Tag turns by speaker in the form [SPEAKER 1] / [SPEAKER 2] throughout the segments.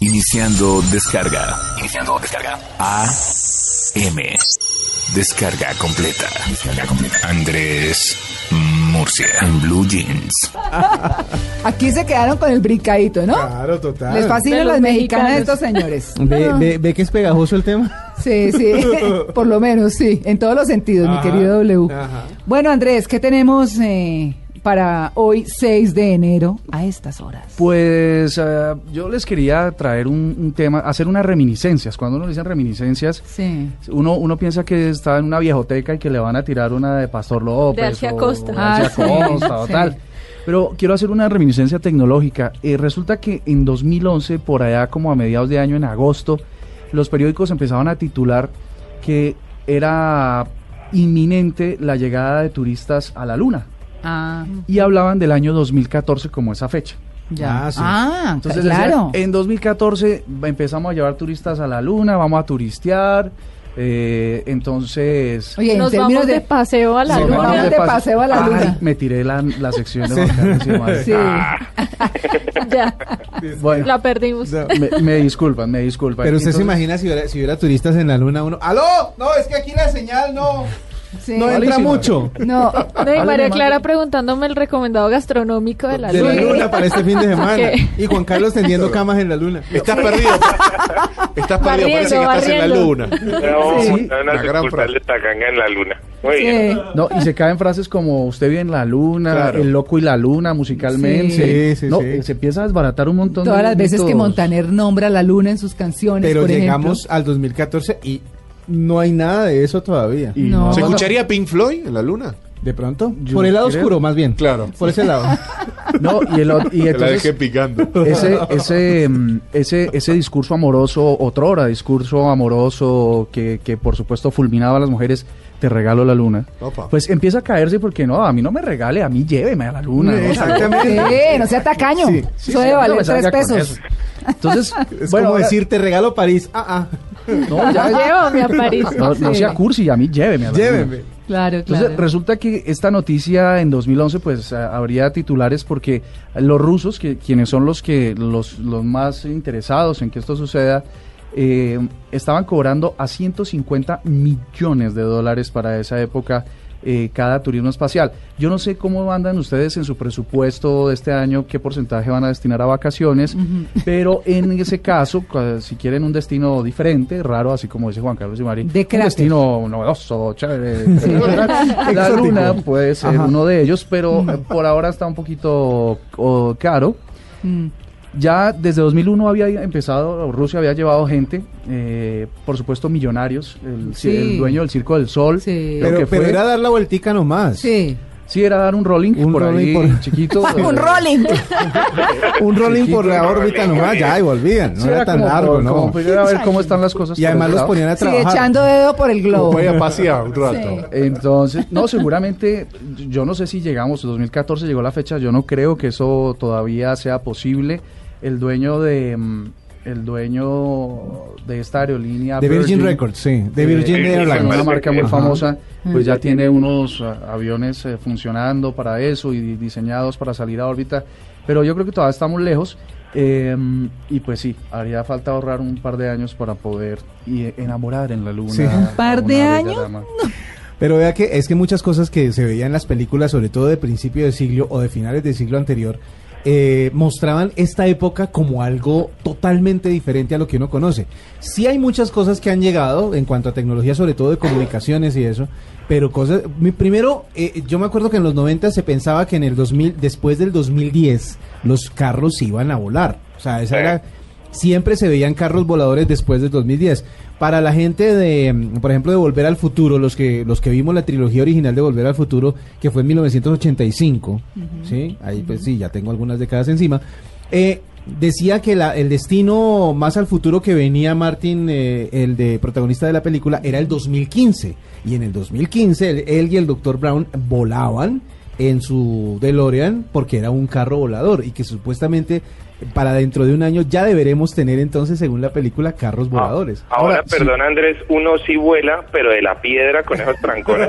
[SPEAKER 1] Iniciando descarga. Iniciando descarga. A. M. Descarga completa. Descarga completa. Andrés Murcia. En Blue Jeans.
[SPEAKER 2] Aquí se quedaron con el brincadito, ¿no?
[SPEAKER 3] Claro, total.
[SPEAKER 2] Les fascinan
[SPEAKER 4] De los
[SPEAKER 2] las mexicanas de
[SPEAKER 4] mexicanos.
[SPEAKER 2] estos señores.
[SPEAKER 5] Ve, ve, ve que es pegajoso el tema.
[SPEAKER 2] Sí, sí, por lo menos, sí, en todos los sentidos, mi
[SPEAKER 3] Ajá,
[SPEAKER 2] querido W.
[SPEAKER 3] ajá.
[SPEAKER 2] Bueno, Andrés, ¿qué tenemos eh, para hoy, 6 de enero, a estas horas?
[SPEAKER 6] Pues eh, yo les quería traer un, un tema, hacer unas reminiscencias. Cuando uno dicen reminiscencias,
[SPEAKER 2] Sí.
[SPEAKER 6] uno, uno piensa que está en una viejoteca y que le van a tirar una de Pastor López.
[SPEAKER 4] De Alcia
[SPEAKER 6] o
[SPEAKER 4] Costa.
[SPEAKER 6] Alcia
[SPEAKER 2] Ah, sí,
[SPEAKER 6] Costa o
[SPEAKER 2] sí.
[SPEAKER 6] tal. Pero quiero hacer una reminiscencia tecnológica. Eh, resulta que en 2011, por allá como a mediados de año, en agosto, los periódicos empezaban a titular que era inminente la llegada de turistas a la Luna.
[SPEAKER 2] Ah,
[SPEAKER 6] Y hablaban del año 2014 como esa fecha.
[SPEAKER 2] ya. Ah,
[SPEAKER 3] Ah, sí.
[SPEAKER 6] Entonces,
[SPEAKER 2] claro.
[SPEAKER 3] eh,
[SPEAKER 6] decía, en 2014 empezamos a llevar turistas a la luna, vamos a turistear. eh, entonces.
[SPEAKER 2] Oye, en
[SPEAKER 4] Nos vamos
[SPEAKER 2] términos
[SPEAKER 4] de,
[SPEAKER 2] de...
[SPEAKER 4] paseo a la
[SPEAKER 2] Sí,
[SPEAKER 6] nos
[SPEAKER 2] luna.
[SPEAKER 6] vamos
[SPEAKER 2] de paseo a la
[SPEAKER 6] Ay,
[SPEAKER 2] luna.
[SPEAKER 6] me tiré la, la sección de Juan Carlos y demás.
[SPEAKER 2] Sí.
[SPEAKER 3] Ah,
[SPEAKER 4] Ya,
[SPEAKER 6] Bueno,
[SPEAKER 4] la perdimos.
[SPEAKER 3] No.
[SPEAKER 6] me, me disculpan, me disculpan.
[SPEAKER 3] Pero usted se
[SPEAKER 6] Entonces,
[SPEAKER 3] imagina si hubiera, si hubiera turistas en la luna uno. ¡Aló! No, es que aquí la señal no,
[SPEAKER 2] sí.
[SPEAKER 3] no entra
[SPEAKER 6] Malísima.
[SPEAKER 3] mucho.
[SPEAKER 2] No,
[SPEAKER 4] No, y María
[SPEAKER 6] Alemán.
[SPEAKER 4] Clara preguntándome el recomendado gastronómico de la
[SPEAKER 3] de
[SPEAKER 4] luna.
[SPEAKER 3] la luna para este fin de semana.
[SPEAKER 4] Ok.
[SPEAKER 3] Y Juan Carlos tendiendo camas en la luna.
[SPEAKER 7] Estás perdido. Estás perdido, parece que
[SPEAKER 4] Barriendo,
[SPEAKER 7] estás en la
[SPEAKER 4] barriendo.
[SPEAKER 7] luna.
[SPEAKER 8] No,
[SPEAKER 6] Sí.
[SPEAKER 8] no,
[SPEAKER 7] La
[SPEAKER 8] una
[SPEAKER 7] gran
[SPEAKER 8] sucursal
[SPEAKER 7] frase.
[SPEAKER 8] de Tacanga en la luna. Muy bien.
[SPEAKER 2] sí.
[SPEAKER 6] No, y se caen frases como usted vive en la luna,
[SPEAKER 7] Claro.
[SPEAKER 6] el loco y la luna musicalmente.
[SPEAKER 3] Sí, sí,
[SPEAKER 6] no,
[SPEAKER 3] sí.
[SPEAKER 6] se empieza a desbaratar un montón
[SPEAKER 2] Todas
[SPEAKER 6] de
[SPEAKER 2] las veces que
[SPEAKER 6] mitos.
[SPEAKER 2] Montaner nombra la luna en sus canciones,
[SPEAKER 3] Pero
[SPEAKER 2] por
[SPEAKER 3] llegamos
[SPEAKER 2] ejemplo.
[SPEAKER 3] al 2014 y no hay nada de eso todavía.
[SPEAKER 6] Y
[SPEAKER 2] No.
[SPEAKER 7] ¿Se
[SPEAKER 6] bueno,
[SPEAKER 7] escucharía Pink Floyd en la luna?
[SPEAKER 3] ¿De pronto?
[SPEAKER 6] Yo
[SPEAKER 3] Por el lado
[SPEAKER 6] creo-
[SPEAKER 3] oscuro, más bien.
[SPEAKER 7] Claro.
[SPEAKER 3] Por ese lado.
[SPEAKER 6] No, y, el, ot- y
[SPEAKER 7] Te la
[SPEAKER 6] entonces
[SPEAKER 7] dejé picando.
[SPEAKER 6] ese, ese, mm, ese, ese discurso amoroso, otrora discurso amoroso que, que por supuesto fulminaba a las mujeres, te regalo la luna,
[SPEAKER 7] Opa.
[SPEAKER 6] pues empieza a caerse porque no, a mí no me regale, a mí lléveme a la luna. ¿no?
[SPEAKER 2] Sí, no sea tacaño.
[SPEAKER 3] Sí,
[SPEAKER 6] Sí,
[SPEAKER 2] Eso
[SPEAKER 6] sí,
[SPEAKER 2] debe
[SPEAKER 6] no
[SPEAKER 2] valer
[SPEAKER 6] me
[SPEAKER 2] tres
[SPEAKER 6] salga con
[SPEAKER 2] pesos.
[SPEAKER 6] eso. Entonces,
[SPEAKER 3] Es
[SPEAKER 6] bueno,
[SPEAKER 3] como
[SPEAKER 6] ahora-
[SPEAKER 3] decir, te regalo París. Ah, ah.
[SPEAKER 6] no, ya-
[SPEAKER 4] Llévame a París.
[SPEAKER 6] no, no
[SPEAKER 2] Sí.
[SPEAKER 6] sea cursi, a mí lléveme. A la luna.
[SPEAKER 3] Llévenme.
[SPEAKER 2] Claro,
[SPEAKER 6] Entonces,
[SPEAKER 2] claro.
[SPEAKER 6] resulta que esta noticia en 2011 pues a- habría titulares porque los rusos, que quienes son los que los, los más interesados en que esto suceda, eh, estaban cobrando a 150 millones de dólares para esa época eh, cada turismo espacial. Yo no sé cómo andan ustedes en su presupuesto de este año, qué porcentaje van a destinar a vacaciones, pero en ese caso, cua- si quieren un destino diferente, raro, así como dice Juan Carlos y Mari,
[SPEAKER 2] De
[SPEAKER 6] un
[SPEAKER 2] cráter.
[SPEAKER 6] destino novedoso, chévere,
[SPEAKER 2] Sí.
[SPEAKER 6] la
[SPEAKER 3] Exótico.
[SPEAKER 6] luna puede ser
[SPEAKER 3] Ajá. Mm.
[SPEAKER 6] uno de ellos, pero eh, por ahora está un poquito oh, caro.
[SPEAKER 2] Mm.
[SPEAKER 6] Ya desde 2001 había empezado, Rusia había llevado gente, eh, por supuesto millonarios, el,
[SPEAKER 2] Sí.
[SPEAKER 6] el dueño del Circo del Sol.
[SPEAKER 2] Sí.
[SPEAKER 6] creo que
[SPEAKER 3] Pero, pero
[SPEAKER 6] fue.
[SPEAKER 3] era dar la vueltica nomás.
[SPEAKER 2] Sí.
[SPEAKER 6] Sí, era dar un rolling
[SPEAKER 3] Un
[SPEAKER 6] por
[SPEAKER 3] rolling
[SPEAKER 6] ahí,
[SPEAKER 3] por-
[SPEAKER 6] chiquito.
[SPEAKER 2] Un
[SPEAKER 6] eh,
[SPEAKER 2] rolling.
[SPEAKER 3] Un rolling por la órbita nomás, ya, y volvían. No
[SPEAKER 6] sí,
[SPEAKER 3] era tan
[SPEAKER 6] como-
[SPEAKER 3] largo,
[SPEAKER 6] como-
[SPEAKER 3] ¿no?
[SPEAKER 6] como primero a Pues ver cómo están las cosas.
[SPEAKER 3] Y
[SPEAKER 6] por
[SPEAKER 3] además
[SPEAKER 6] ese
[SPEAKER 3] los
[SPEAKER 6] lado.
[SPEAKER 3] ponían a
[SPEAKER 2] Sí,
[SPEAKER 3] trabajar.
[SPEAKER 2] echando dedo por el globo.
[SPEAKER 7] Voy a pasear un rato.
[SPEAKER 6] Entonces, no, seguramente, yo no sé si llegamos, 2014 llegó la fecha, yo no creo que eso todavía sea posible. El dueño de mm, el dueño de esta aerolínea
[SPEAKER 3] De Virgin Records, sí, de Virgin
[SPEAKER 6] que fue
[SPEAKER 8] Airlines.
[SPEAKER 6] Una marca muy
[SPEAKER 3] Ajá.
[SPEAKER 6] famosa,
[SPEAKER 2] Mm.
[SPEAKER 6] pues ya tiene unos ah, aviones eh, funcionando para eso y di- diseñados para salir a órbita, pero yo creo que todavía estamos lejos. eh, y pues sí, haría falta ahorrar un par de años para poder y, eh, enamorar en la luna.
[SPEAKER 3] Sí.
[SPEAKER 6] a
[SPEAKER 3] ¿Un
[SPEAKER 2] par de
[SPEAKER 6] una bella
[SPEAKER 2] años?
[SPEAKER 6] dama.
[SPEAKER 3] Pero vea que es que muchas cosas que se veían en las películas, sobre todo de principio de siglo o de finales del siglo anterior, eh, mostraban esta época como algo totalmente diferente a lo que uno conoce. Sí hay muchas cosas que han llegado en cuanto a tecnología, sobre todo de comunicaciones y eso, pero cosas... Mi primero, eh, yo me acuerdo que en los 90 se pensaba que en el 2000, después del 2010, los carros se iban a volar. O sea, esa
[SPEAKER 8] Sí.
[SPEAKER 3] era siempre se veían carros voladores después del 2010. Para la gente de, mm, por ejemplo, de Volver al Futuro, los que los que vimos la trilogía original de Volver al Futuro, que fue en 1985, ¿sí? Ahí pues sí, ya tengo algunas décadas encima. Eh, decía que la- el destino más al futuro que venía Martin, eh, el de protagonista de la película, era el 2015. Y en el 2015 él, él y el Dr. Brown volaban en su DeLorean porque era un carro volador y que supuestamente para dentro de un año ya deberemos tener entonces, según la película, carros
[SPEAKER 7] Ah.
[SPEAKER 3] voladores.
[SPEAKER 8] Ah, Ahora,
[SPEAKER 3] sí,
[SPEAKER 8] perdón Andrés, uno sí vuela, pero de la piedra con esos trancones.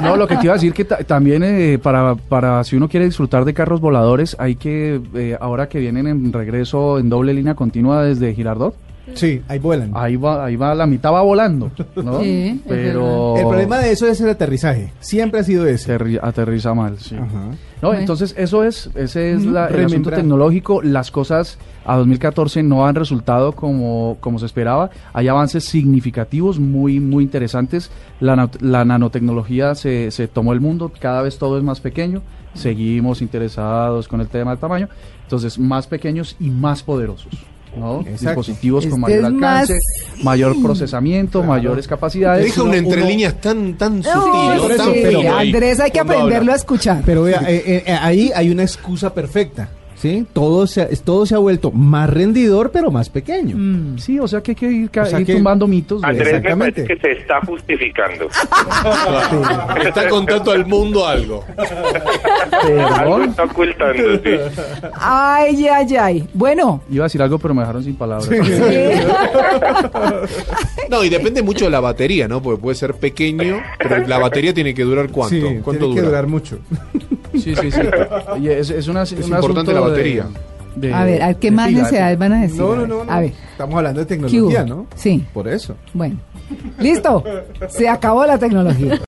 [SPEAKER 6] No, lo que te iba a decir que ta- también eh, para, para si uno quiere disfrutar de carros voladores, hay que, eh, ahora que vienen en regreso en doble línea continua desde Girardot,
[SPEAKER 3] sí, ahí vuelan.
[SPEAKER 6] ahí va, ahí va, la mitad va volando, ¿no?
[SPEAKER 2] Sí, es
[SPEAKER 6] Pero
[SPEAKER 7] oh.
[SPEAKER 3] El problema de eso es el aterrizaje. Siempre ha sido ese.
[SPEAKER 6] aterri- aterriza mal, sí.
[SPEAKER 3] Ajá.
[SPEAKER 6] No,
[SPEAKER 2] Bueno.
[SPEAKER 6] entonces eso es, ese es
[SPEAKER 3] Ujú.
[SPEAKER 6] la, el asunto
[SPEAKER 3] Remembrar.
[SPEAKER 6] tecnológico. Las cosas a 2014 no han resultado como, como se esperaba. Hay avances significativos muy, muy interesantes. La, nat- la nanotecnología se, se tomó el mundo, cada vez todo es más pequeño. Seguimos interesados con el tema del tamaño. Entonces, más pequeños y más poderosos. ¿no?
[SPEAKER 3] Exacto.
[SPEAKER 6] Dispositivos
[SPEAKER 2] Este
[SPEAKER 6] con mayor
[SPEAKER 2] es más-
[SPEAKER 6] alcance, mayor procesamiento, mayores capacidades.
[SPEAKER 7] Deja una entre líneas tan, tan sutil.
[SPEAKER 2] No,
[SPEAKER 7] ¿no?
[SPEAKER 2] sí,
[SPEAKER 7] Tan fino ahí,
[SPEAKER 2] Andrés, hay que
[SPEAKER 7] cuando habla.
[SPEAKER 2] aprenderlo a escuchar.
[SPEAKER 3] Pero vea, eh, eh, ahí hay una excusa perfecta, ¿sí? Todo se, ha- todo se ha vuelto más rendidor, pero más pequeño.
[SPEAKER 2] Mm.
[SPEAKER 6] Sí, o sea que hay que ir, ca-
[SPEAKER 3] O sea
[SPEAKER 6] ir
[SPEAKER 3] que-
[SPEAKER 6] tumbando mitos. de-
[SPEAKER 8] Andrés me
[SPEAKER 3] Exactamente.
[SPEAKER 8] parece que se está justificando.
[SPEAKER 7] Claro. Le Está contando al mundo algo.
[SPEAKER 8] Algo está ocultando, sí.
[SPEAKER 2] Ay, ay, ay. Bueno,
[SPEAKER 6] Iba a decir algo, pero me dejaron sin palabras.
[SPEAKER 7] No, y depende mucho de la batería, ¿no? Porque puede ser pequeño, pero la batería tiene que durar cuánto.
[SPEAKER 3] Sí,
[SPEAKER 7] ¿Cuánto
[SPEAKER 3] tiene que
[SPEAKER 7] dura?
[SPEAKER 3] durar mucho.
[SPEAKER 6] Sí, sí, sí. Y es, es una, es un
[SPEAKER 7] importante
[SPEAKER 6] asunto
[SPEAKER 7] la
[SPEAKER 6] de-
[SPEAKER 7] batería.
[SPEAKER 6] de-
[SPEAKER 2] a ver, a ver, ¿qué
[SPEAKER 6] de
[SPEAKER 2] más
[SPEAKER 6] pila, de
[SPEAKER 2] necesidades
[SPEAKER 6] pila.
[SPEAKER 2] van a decir?
[SPEAKER 3] No, no, no, no.
[SPEAKER 2] A ver,
[SPEAKER 3] Estamos hablando de
[SPEAKER 2] ¿qué hubo?
[SPEAKER 3] tecnología, ¿no?
[SPEAKER 2] Sí,
[SPEAKER 3] Por eso.
[SPEAKER 2] bueno. Listo. Se acabó la tecnología.